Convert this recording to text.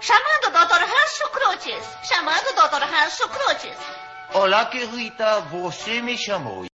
Chamando o Dr. Rancho Cruzes. Chamando o Dr. Rancho Cruzes. Olá, querida, você me chamou.